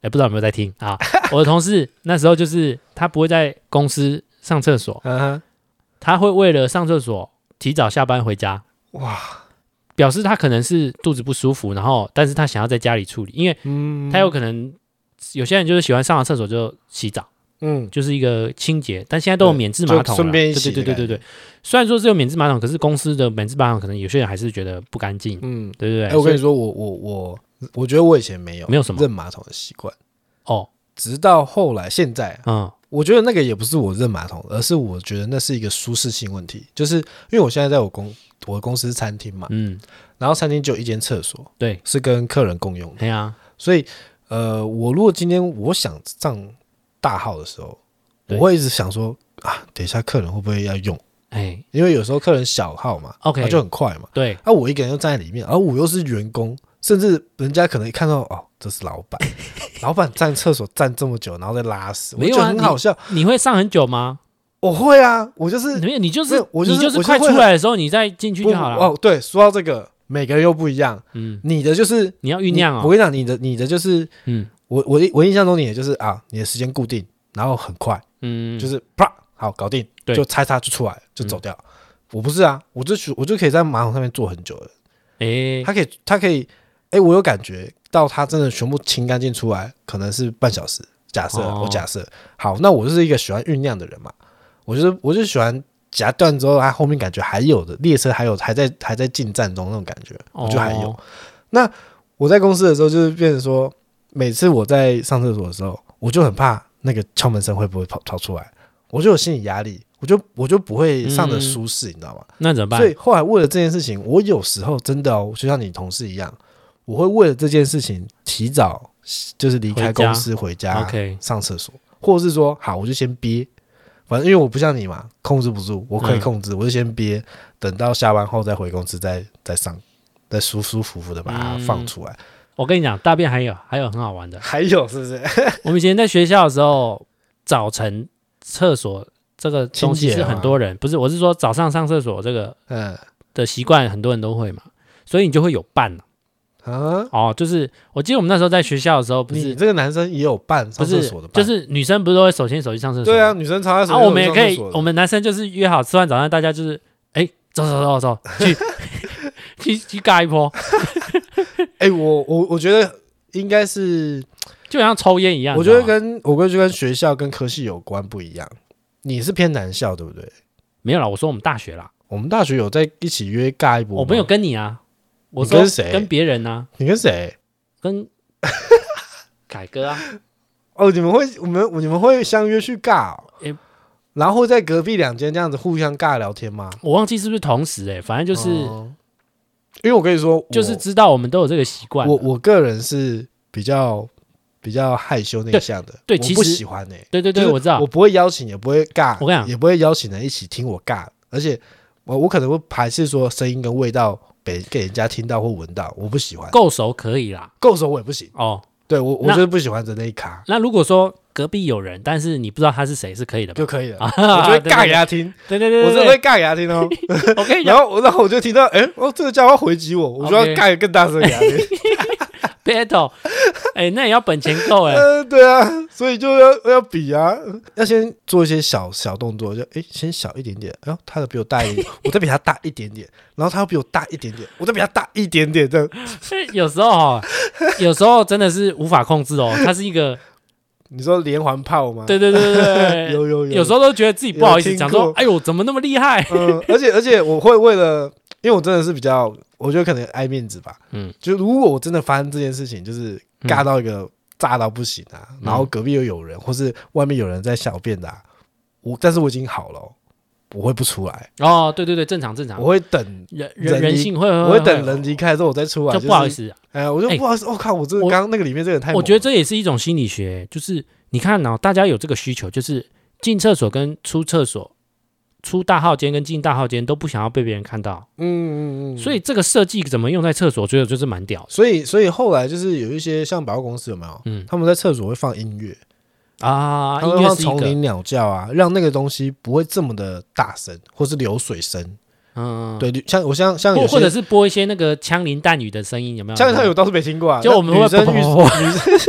哎，不知道有没有在听 啊？我的同事那时候就是他不会在公司上厕所，
嗯哼，
他会为了上厕所提早下班回家，
哇，
表示他可能是肚子不舒服，然后但是他想要在家里处理，因为
嗯，
他有可能有些人就是喜欢上了厕所就洗澡，
嗯，
就是一个清洁，但现在都有
对
免治马桶
就
了，
顺便一
对
起
对对对
的
对对。虽然说是有免治马桶，可是公司的免治马桶可能有些人还是觉得不干净，
嗯，
对对
哎、
对。
我跟你
所
说，我我我，我觉得我以前没有
没有什么
认马桶的习惯，
以哦，
直到后来现在，啊
嗯
我觉得那个也不是我认马桶，而是我觉得那是一个舒适性问题，就是因为我现在在我公我的公司是餐厅嘛，
嗯，
然后餐厅就有一间厕所
对，
是跟客人共用的，
哎呀，
所以呃，我如果今天我想上大号的时候，我
对
会一直想说啊，等一下客人会不会要用？
哎，
因为有时候客人小号嘛
OK
他就很快嘛。
对
啊，我一个人又站在里面，而、我又是员工，甚至人家可能一看到哦，这是老板，老板站厕所站这么久，然后再拉屎，我
没有
觉
啊
得很好笑。
你会上很久吗？
我会啊，我就是
没有，你就是
没有我就是
你就
我
是
就
快
会
出
很
来的时候你再进去
不
就好了。
哦，对，说到这个，每个人又不一样，
嗯，
你的就是
你要酝酿
你我
哦。
跟你讲，你的你的就是
嗯
我我我印象中你的就是啊，你的时间固定，然后很快，
嗯，
就是啪，好搞定，
对嗯
就擦一擦就出来就走掉。我不是啊，我就去我就可以在马桶上面坐很久了。
哎，
他可以，他可以，哎、我有感觉到他真的全部清干净出来，可能是半小时。假设、
哦
我假设，好，那我就是一个喜欢酝酿的人嘛，我就是我就喜欢夹断之后，它后面感觉还有的列车还有还在还在进站中那种感觉，我觉得还有。
哦
我在公司的时候就是变成说，每次我在上厕所的时候，我就很怕那个敲门声会不会跑跑出来，我就有心理压力，我就我就不会上的
嗯
舒适，你知道吗？
那怎么办
所？以后来为了这件事情，我有时候真的哦，就像你同事一样，我会为了这件事情提早就是离开
回家
公司回家
OK
上厕所，或者是说好我就先憋，反正因为我不像你嘛，控制不住，我可以
嗯
控制，我就先憋，等到下班后再回公司再再上，再舒舒服服的把
嗯
它放出来。
我跟你讲，大便还有还有很好玩的。
还有是不是？
我们以前在学校的时候，早晨厕所这个东西
清洁
是
吗
很多人不是，我是说早上上厕所这个
嗯
的习惯，很多人都会嘛，所以你就会有伴了
啊，
哦。就是我记得我们那时候在学校的时候，不
你
是
这个男生也有办
不
上厕
是
所的，伴，
就是女生不是都会手牵手去上厕所？
对啊，，女生超爱
然
上
后
厕
我们也可以，
所的
我们男生就是约好吃完早餐，大家就是哎走走走走去 去去尬一波，
哎、我我我觉得应该是。
就像抽烟一样。
我觉得
你知道吗
跟我跟就跟学校跟科系有关不一样。你是偏男校对不对？
没有啦，我说我们大学啦，
我们大学有在一起约尬一波吗，
我没有跟你啊，我
你
说
跟谁
跟别人啊，
你跟谁？
跟凯哥啊，
哦，你们会我们你们会相约去尬哦、
诶
然后在隔壁两间这样子互相尬聊天吗？
我忘记是不是同时哎、反正就是、
哦因为我跟你说，我
就是知道我们都有这个习惯。啊
我我个人是比较比较害羞内向的，
对对
我不
其实
喜欢欸呢、
对对
就
对，
是
我知道
我，不会邀请，也不会尬，
啊我跟你讲
也不会邀请人一起听我尬，而且我我可能会排斥说声音跟味道被给人家听到或闻到，我不喜欢。
够熟可以啦。
够手我也不行，
哦，
对我我
那
就是不喜欢的那一卡
那如果说隔壁有人，但是你不知道他是谁，是可以的吧
就？可以了，
啊
我就会尬给
对
他听，
对对对
我是
对
会
对，
尬给他 听哦。
我跟你讲，
然后 我然后我就听到，哎，哦这个家伙回击我，我就要
OK
尬得更大声给他听。
battle，哎、那也要本钱够哎、
嗯，对啊，所以就要要比啊，要先做一些小小动作，就哎先小一点点，然后他的比我大一点，我再比他大一点点，然后他又比我大一点点，我再比他大一点点，这样
有时候哦，有时候真的是无法控制哦，它是一个，
你说连环炮吗？
对对对对对。
有有有，
有时候都觉得自己不好意思
有听
讲
过
说，哎呦，怎么那么厉害？
嗯，而且而且我会为了，因为我真的是比较，我觉得可能爱面子吧，
嗯，
就如果我真的发生这件事情，就是尬到一个炸到不行啊，
嗯
然后隔壁又有人，或是外面有人在小便的、啊，我但是我已经好了哦、我会不出来，
哦，对对对，正常正常
我，会等，
人
人
人人性会，
我
我
会等人离开之后我再出来。
嗯就不好意，思啊，
哎，我就
哎
不好意思，我靠，我真的
我
刚刚那个里面这个太猛了，
我觉得这也是一种心理学，就是你看哦，大家有这个需求，就是进厕所跟出厕所、出大号间跟进大号间都不想要被别人看到，
嗯嗯嗯，
所以这个设计怎么用在厕所，我觉得就是蛮屌
所以，所以后来就是有一些像百货公司有没有？
嗯
他们在厕所会放音乐，
的啊。
他
音
们会
乐
放
是一
丛
个，
林鸟叫啊，让那个东西不会这么的大声，或是流水声。
嗯，
对，像我像像有
或
些
或者是播一些那个枪林弹雨的声音，有没有？
像他有倒是没听过啊，
就
那
我们会
女生
砰
女
砰
女生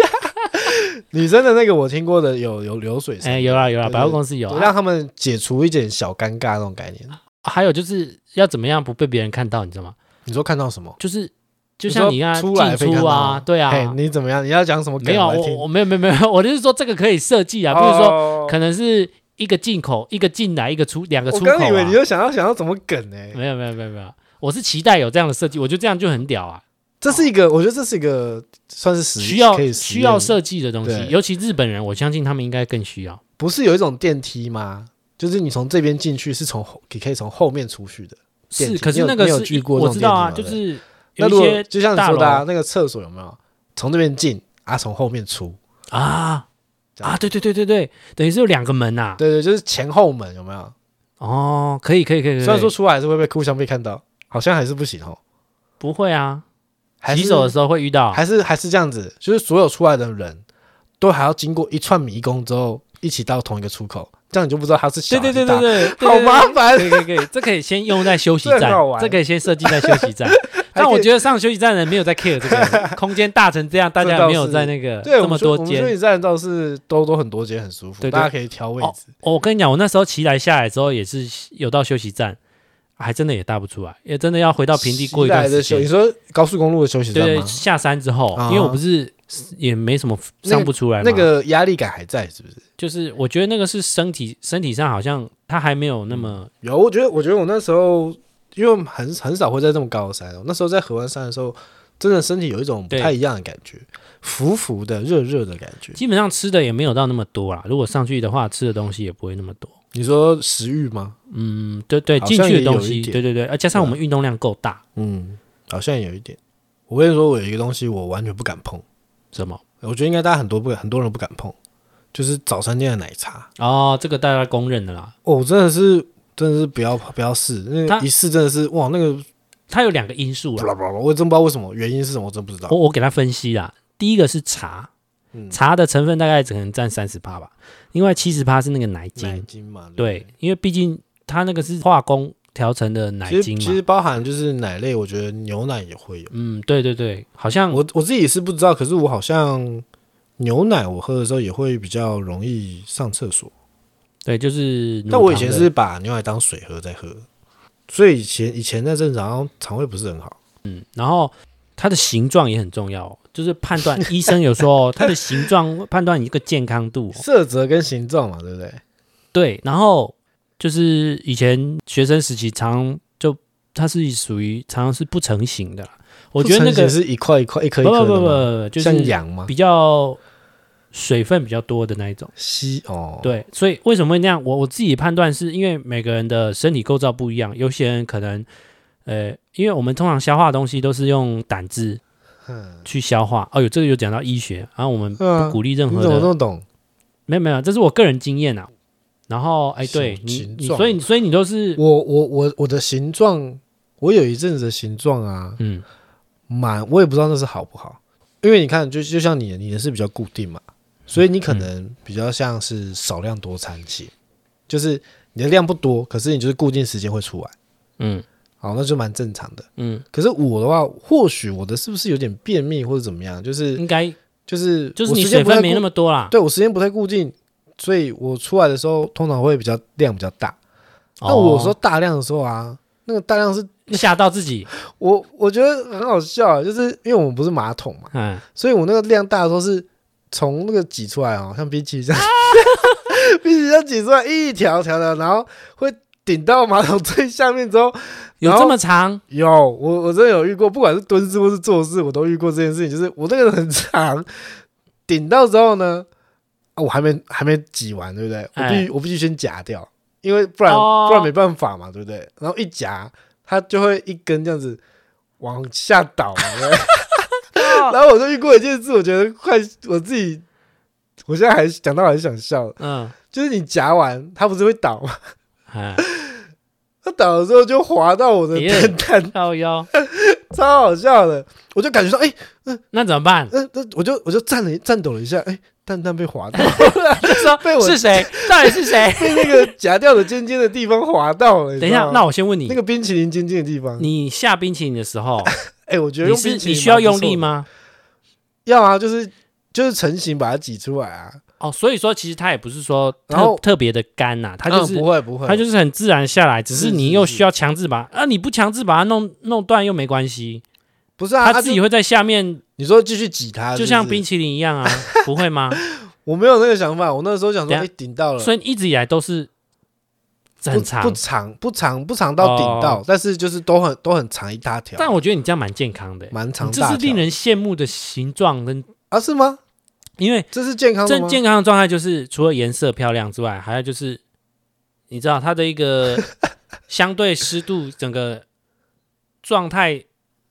女生的那个我听过的有有流水声，
哎，有啦有啦，
对
百货公司有
对
啊。
让他们解除一点小尴尬那种概念。
还有就是要怎么样不被别人看到，你知道吗？
你说看到什么？
就是就
你
像
说
你看
出来被
进
看
出
到
啊，
吗
对
嘿
啊，
你怎么样？你要讲什么梗？
没有啊
我来
我
听
我没有没有没有，我就是说这个可以设计啊，比如说
哦
可能是一个进口，一个进来，一个出，两个
我
出口、啊。
刚以为你就想要想要怎么梗呢？
没有没有没有没有，我是期待有这样的设计，我觉得这样就很屌啊，
这是一个，我觉得这是一个算是实
需要
可以实
需
验
要，设计的东西
对，
尤其日本人，我相信他们应该更需要。
不是有一种电梯吗？就是你从这边进去是从后，你可以从后面出去的。电
是，
梯
可
你
是
有
那个
你有
是
去过
我
这种
知道啊，
电
就
梯
是
吗
有
那
一
如
些
果就像你
大
说
楼
的、啊、那个厕所有没有从这边进啊，从后面出？
啊
这样
啊，对对对对对，等于是有两个门呐、
对对，就是前后门有没有？
哦，可以可以可以，可以
虽然说出来还是会被互相被看到，好像还是不行哦。
不会啊，
还是
洗手的时候会遇到，啊
还是还是这样子，就是所有出来的人都还要经过一串迷宫之后，一起到同一个出口，这样你就不知道他是小
对
还
对对
是大
对对， 对
好麻 烦
对对对可以可以可以，这可以先用在休息
这
站
很好，玩
这可以先设计在休息 站。但我觉得上休息站的人没有在 care 这个空间大成这样，大家也没有在那个
对，
这么多
我们休
间。
息站倒是都都很多间，很舒服，
对对哦
大家可以挑位置。
我跟你讲，我那时候骑来下来之后也是有到休息站，还真的也搭不出来，也真的要回到平地过一段
西来
时
的休，你
间。
说高速公路的休息站
对对，
吗？
下山之后，
啊
因为我不是也没什么
那个
上不出来嘛，
那个压力感还在是不是？
就是我觉得那个是身体身体上好像它还没有那么
有，我觉得，我觉得我那时候因为我们很很少会在这么高的山哦，我那时候在合欢山的时候，真的身体有一种不
对
太一样的感觉，浮浮的、热热的感觉。
基本上吃的也没有到那么多啦。如果上去的话，吃的东西也不会那么多。
你说食欲吗？
嗯，对对，
好
进
像
去
也
的东
有一
西，
点
对对对，啊，加上我们运动量够大，
嗯，好像有一点。我跟你说，我有一个东西我完全不敢碰，
什么？
我觉得应该大家很多不很多人不敢碰，就是早餐店的奶茶。
哦，这个大家公认的啦。
哦，真的是，真的是不要不要试，那
它
个一试真的是哇，那个
它有两个因素
巴
啦
拉，巴拉，我真不知道为什么，原因是什么，我真不知道
我。我给他分析啦。第一个是茶，
嗯
茶的成分大概只能占三十趴吧，另外七十趴是那个奶
奶
精。
精嘛，不
对，因为毕竟它那个是化工调成的奶
其实
精
其
嘛
实。包含就是奶类，我觉得牛奶也会有。
嗯，对对对，好像
我我自己是不知道，可是我好像牛奶我喝的时候也会比较容易上厕所。
对，就是。
但我以前是，把牛奶当水喝在喝，所以以前以前那阵子好像肠胃不是很好。
嗯，然后它的形状也很重要哦，就是判 断医生有时候它的形状会判断你这个健康度哦。
色泽跟形状嘛，对不对？
对，然后就是以前学生时期常就它是属于常常是不成形的啦。我觉得那
不成
个
形是一块一块一颗
不
一颗
不
的
不
吗
不，就
像
是
羊吗？
比较水分比较多的那一种。
吸哦，，
对，所以为什么会那样？我我自己判断是因为每个人的身体构造不一样，有些人可能呃，因为我们通常消化的东西都是用胆汁去消化。哦，有这个有讲到医学，然后我们
对啊，
鼓励任
你
何
怎么
的
那么懂？
没有没有，这是我个人经验啊。然后哎，
形
对你
形
你，
状
所以所以你都是
我我我我的形状，我有一阵子的形状啊，
嗯
蛮我也不知道那是好不好，因为你看，就就像你的你的是比较固定嘛，所以
嗯
你可能比较像是少量多餐型，就是你的量不多，可是你就是固定时间会出来，
嗯
好，那就蛮正常的。
嗯，
可是我的话，或许我的是不是有点便秘或者怎么样？就是
应该
就是
就是
我
你
时间
水
不太
分没
固
那么多啦。
对我时间不太固定，所以我出来的时候通常会比较量比较大。那我有时候大量的时候啊，那个大量是
哦吓到自己，
我我觉得很好笑啊，就是因为我们不是马桶嘛，
嗯，
所以我那个量大的时候是从那个挤出来哦，像冰淇 淋这样，冰淇淋这样挤出来一条条的，然后会顶到马桶最下面之后，
有
然
这
后
么长
有我我真的有遇过，不管是蹲式或是坐式，我都遇过这件事情，就是我那个人很长，顶到之后呢，啊，我还没还没挤完，对不对？我必须、我必须先夹掉，因为不然、
哦
不然没办法嘛，对不对？然后一夹，它就会一根这样子往下倒嘛。对不对 然后我就遇过一件事，我觉得快我自己，我现在还讲到还想笑，
嗯，
就是你夹完，它不是会倒吗？
哎，
它倒了之后就滑到我的
哎呀
蛋蛋，
靠腰，
超好笑的。我就感觉到，哎、
那怎么 办？
那、那我就我就站了站抖了一下，哎、蛋蛋被 滑到，
就说
被我
是谁？到底是 谁？
被那个夹掉的尖尖的地方滑到了。你
等一
知
下
道，吗
那我先问你，
那个冰淇淋尖尖的地方，
你下冰淇淋的时 候，
哎、我觉得
你
用
是
冰淇淋
你需要
蛮不
用
错
力
的？
吗？
要啊，就是就是成型把它挤出来啊。
哦，所以说其实它也不是说
然后
特特别的干呐，它就
嗯
是
不会不会，
它就是很自然下来，只是
是
你
是
又
是
需要强制把啊，你不强制把它弄弄断又没关系，
不是啊，
它
啊
自己
就
会在下面，
你说继续挤它，
就像冰
淇，
淇淋一样啊，不会吗？
我没有那个想法，我那时候想说，
等下
哎、顶到了，
所以一直以来都是很长哦
不，不长不长不长到顶到，但是就是都很都很长一大条，
但我觉得你这样蛮健康的欸，
蛮长
你这
大
是令
条
人羡慕的形状跟，
啊？是吗？
因为
这是健康的
正
吗？
健康的状态就是除了颜色漂亮之外，还有就是你知道它的一 个相对湿度，整个状态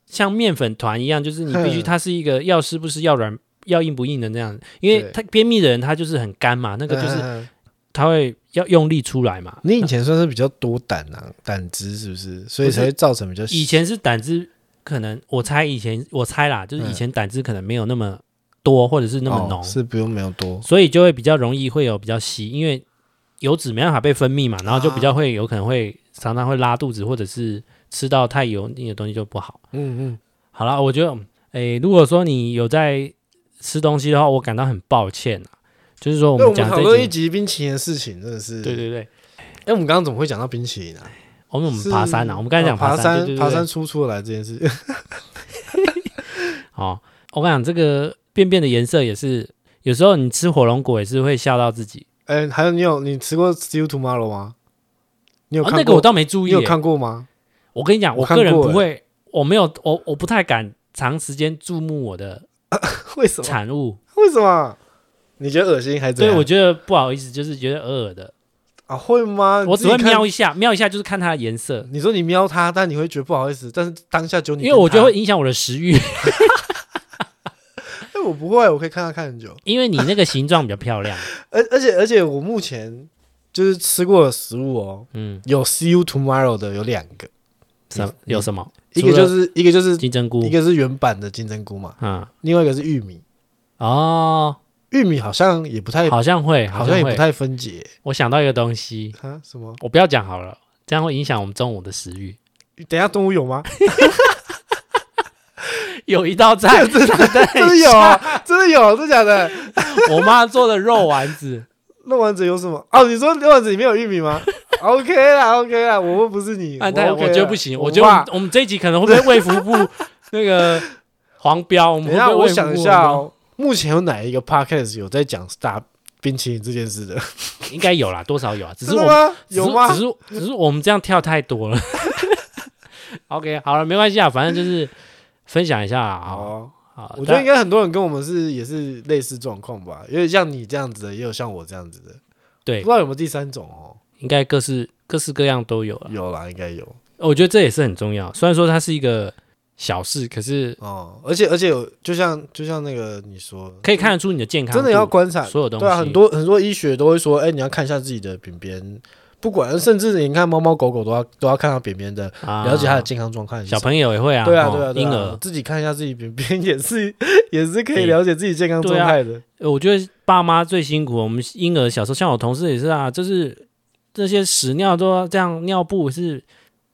像面粉团一样，就是你必须
哼
它是一个要湿不湿、要软要硬不硬的那样，因为
对
它边蜜的人他就是很干嘛，那个就是
嗯嗯嗯
他会要用力出来嘛。
你以前算是比较多胆啊，胆汁是不是？所以
不是
才会造成比较
以前是胆汁，可能我猜以前我猜啦，就是以
嗯
前胆汁可能没有那么多，或者是那么
哦
浓，
是不用没有多，
所以就会比较容易会有比较稀，因为油脂没办法被分泌嘛，然后就比较会有可能会常常会拉肚子，或者是吃到太油腻的东西就不好。
嗯嗯，
好了，我觉得，诶、如果说你有在吃东西的话，我感到很抱歉啊，就是说我
那我
们讲
们讨
这
论
一
一
集，
集冰淇淋的事情，真的是
对。对对，
哎，我们刚刚怎么会讲到冰淇淋啊？
我们我们
是
爬山啊，我们刚才讲
哦爬
山，对对对
爬山出出来这件事，
哦，我跟你讲，这个便便的颜色也是，有时候你吃火龙果也是会吓到自己。
哎，还有你有你吃过《See You Tomorrow》吗？你有
哦
看、过、
那个我倒没注
你
意耶、
有看过吗？
我跟你讲，
我
我
看
个人
过
不
耶
会，我没有，我我不太敢长时间注目我的
为什么？啊
产物，
为什么？你觉得恶心还是怎
所以
样？
我觉得不好意思，就是觉得偶尔的，
啊会吗？
我只会
你自己看
瞄。一下，瞄一下就是看它的颜色，
你说你瞄它，但你会觉得不好意思，但是当下就你
因
跟它，
为我觉得会影响我的食欲，
哎，我不会，我可以看它看很久。
因为你那个形状比较漂亮，
而而且而且我目前就是吃过的食物哦，
嗯，
有 See You Tomorrow 的有两个，
什么
你
有什么？
一个
除
就
了
是一个就是
金针菇
一，个是原版的金针菇嘛，
嗯，
另外一个是玉米，
哦，
玉米好像也不太
好像会，
好像
像
也不
会，
太分解
我想到一个东西，
啊什么？
我不要讲好了，这样会影响我们中午的食欲。
等一下动物有吗？
有一道菜
真的 真的有啊，真的有，真的假的？
我妈做的肉丸子，
肉丸子有什么？哦，你说肉丸子里面有玉米吗？OK 啦，OK 啦，我问不是你，
但但啊
OK 啊
我
啦
觉得不行，我觉得我
哇
们我们这一集可能会被卫福 部那个黄标，我们
等
会
一下
被
我
卫福
想一
部
下
黄标，
哦，目前有哪一个 podcast 有在讲打冰淇淋这件事的？
应该有啦，多少有啊，只是
真
我
的
们
吗？
只是
有吗
只？是只是我们这样跳太多 了。OK，好了，没关系啊，反正就是分享一下啊。好
哦，
好
我觉得
但
应该很多人跟我们是也是类似状况吧，因为像你这样子的，也有像我这样子的，不
对
知，道有没有第三种哦？
应该各式各式各样都有了。
有啦，应该有
我觉得这也是很重要，虽然说它是一个小事，可是
哦，而且而且有，就像就像那个你说，
可以看得出你的健康
真的要
度
观察，
所有东西。
对啊，很多很多医学都会说，哎、你要看一下自己的便便，不管甚至你看猫猫狗狗都要都要看到便便的，
啊
了解它的健康状况。
小朋友也会啊，
对啊
哦
对啊对啊，
婴儿，
自己看一下自己便便 也是也是可以了解自己健康状态的。
呃我觉得爸妈最辛苦。我们婴儿小时候，像我同事也是啊，就是这些屎尿都要这样尿布是，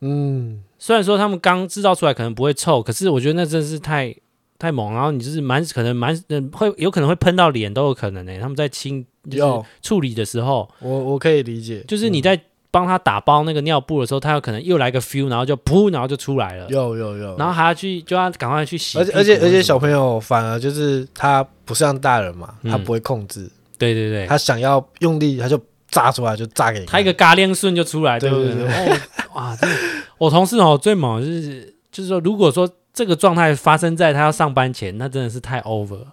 嗯，
虽然说他们刚制造出来可能不会臭，可是我觉得那真是太太猛。然后你就是蛮可能蛮呃会有可能会喷到脸都有可能呢、欸他们在清就是
有嗯
处理的时候，
我我可以理解，嗯
就是你在帮他打包那个尿布的时候，他有可能又来个 feel，然后就噗，然后就出来了
嗯。有有有，
然后还要去，就要赶快去洗
而
屁
且
股或者
而且
什么。
而且小朋友反而就是他不像大人嘛，
嗯
他不会控制，
对对对，
他想要用力他就炸出来就炸给你看，
他一个嘎亮顺就出来，
对
不
对对
哦，哇，真的我同事哦最猛的就是就是说，如果说这个状态发生在他要上班前，那真的是太 over 了。
哦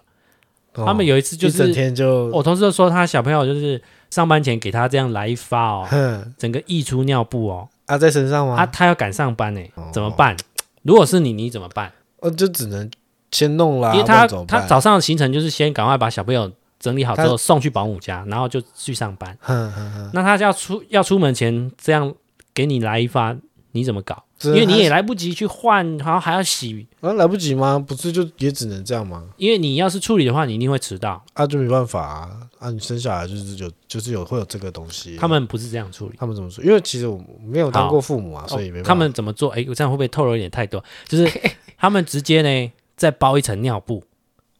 他们有一次就
一整
是哦
天就
我同事就说他小朋友就是上班前给他这样来一发 哦，
哼，
整个溢出尿布哦，
啊，在身上吗？
啊，他要赶上班呢、
哦
怎么办？如果是你，你怎么办？
哦，就只能先弄啦。
因为
啊不
他
然怎么
他
办，
早上的行程就是先赶快把小朋友整理好之
他
后送去保姆家，然后就去上班。
哼哼哼，
那他要出要出门前这样给你来一发，你怎么搞？
只
因为
能
你
他
也来不及去换，然后还要洗，
啊来不及吗？不是就也只能这样吗？
因为你要是处理的话，你一定会迟 到。
啊，就没办法啊，啊，你生下来就是有就是有会有这个东西。
他们不是这样处理。
他们怎么说？因为其实我没有当过父母啊，所以没办
哦
法。
他们怎么做？哎，我这样会不会透露有点太多？就是 他们直接呢，再包一层尿布，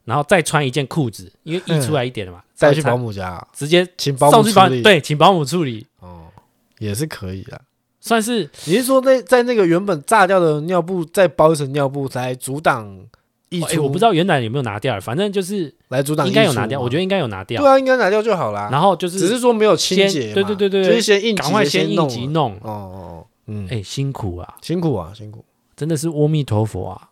然后再穿一件裤子，因为溢出来一点了嘛，
带去保
姆，
姆家，啊
直接
请保姆
送去保
处理
对，请保姆处理，
哦，也是可以的。
算是
你是说那在那个原本炸掉的尿布再包一层尿布来阻挡溢
哎，
出？
我不知道原来有没有拿掉，反正就是
来阻挡，
应该有拿掉，我觉
得
得应该有拿掉
对。啊，应该拿掉就好啦。
然后就是
只是说没有清洁嘛，
先对对对对对
就是先应急的
赶快
先
应
弄
急
了
弄，
哦哦哦，嗯，
哎，辛苦啊，
辛苦啊，辛苦。
真的是阿弥陀佛 啊，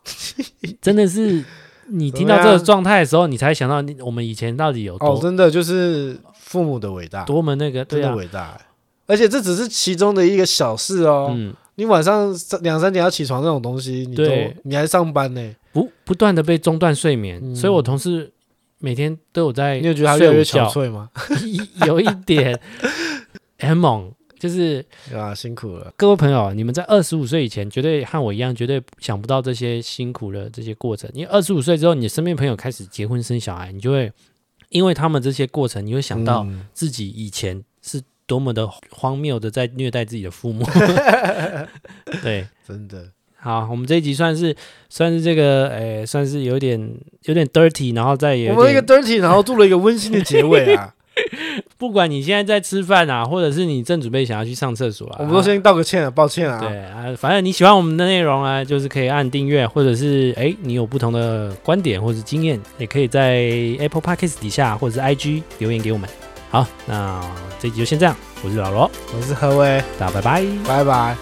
真的是。你听到这个
怎么样
状态的时候，你才想到你我们以前到底有
啊哦，
多
真的就是父母的伟大，
多么那个，
真
对
的
啊，
伟大欸。而且这只是其中的一个小事哦。
嗯，
你晚上三两三点要起床这种东西，你都
对哎
你还上班呢，
不不断的被中断睡眠，
嗯
所以我同事每天都有在
你有觉得他越来越
睡午
憔
觉，
悴吗？
有一点很猛。就是
啊，辛苦了。
各位朋友，你们在二十五岁以前，绝对和我一样，绝对想不到这些辛苦的这些过程。因为二十五岁之后，你身边朋友开始结婚生小孩，你就会因为他们这些过程，你会想到
嗯
自己以前是多么的荒谬的在虐待自己的父 母。 对，
真的，
好，我们这一集算是算是这个，诶、算是有点有点 dirty，然后再也
我
有
们一个
点，
dirty，然后做了一个温馨的结 尾啊，
不管你现在在吃饭啊，或者是你正准备想要去上厕所啊，
我们都先道个歉啊，抱歉
啊
啊。
对啊，反正你喜欢我们的内容啊，就是可以按订阅，或者是诶、你有不同的观点或者经验，也可以在 Apple Podcast 底下或者是 IG 留言给我们。好，那这一集就先这样，我是老罗，
我是何威，
大家拜拜。
拜拜。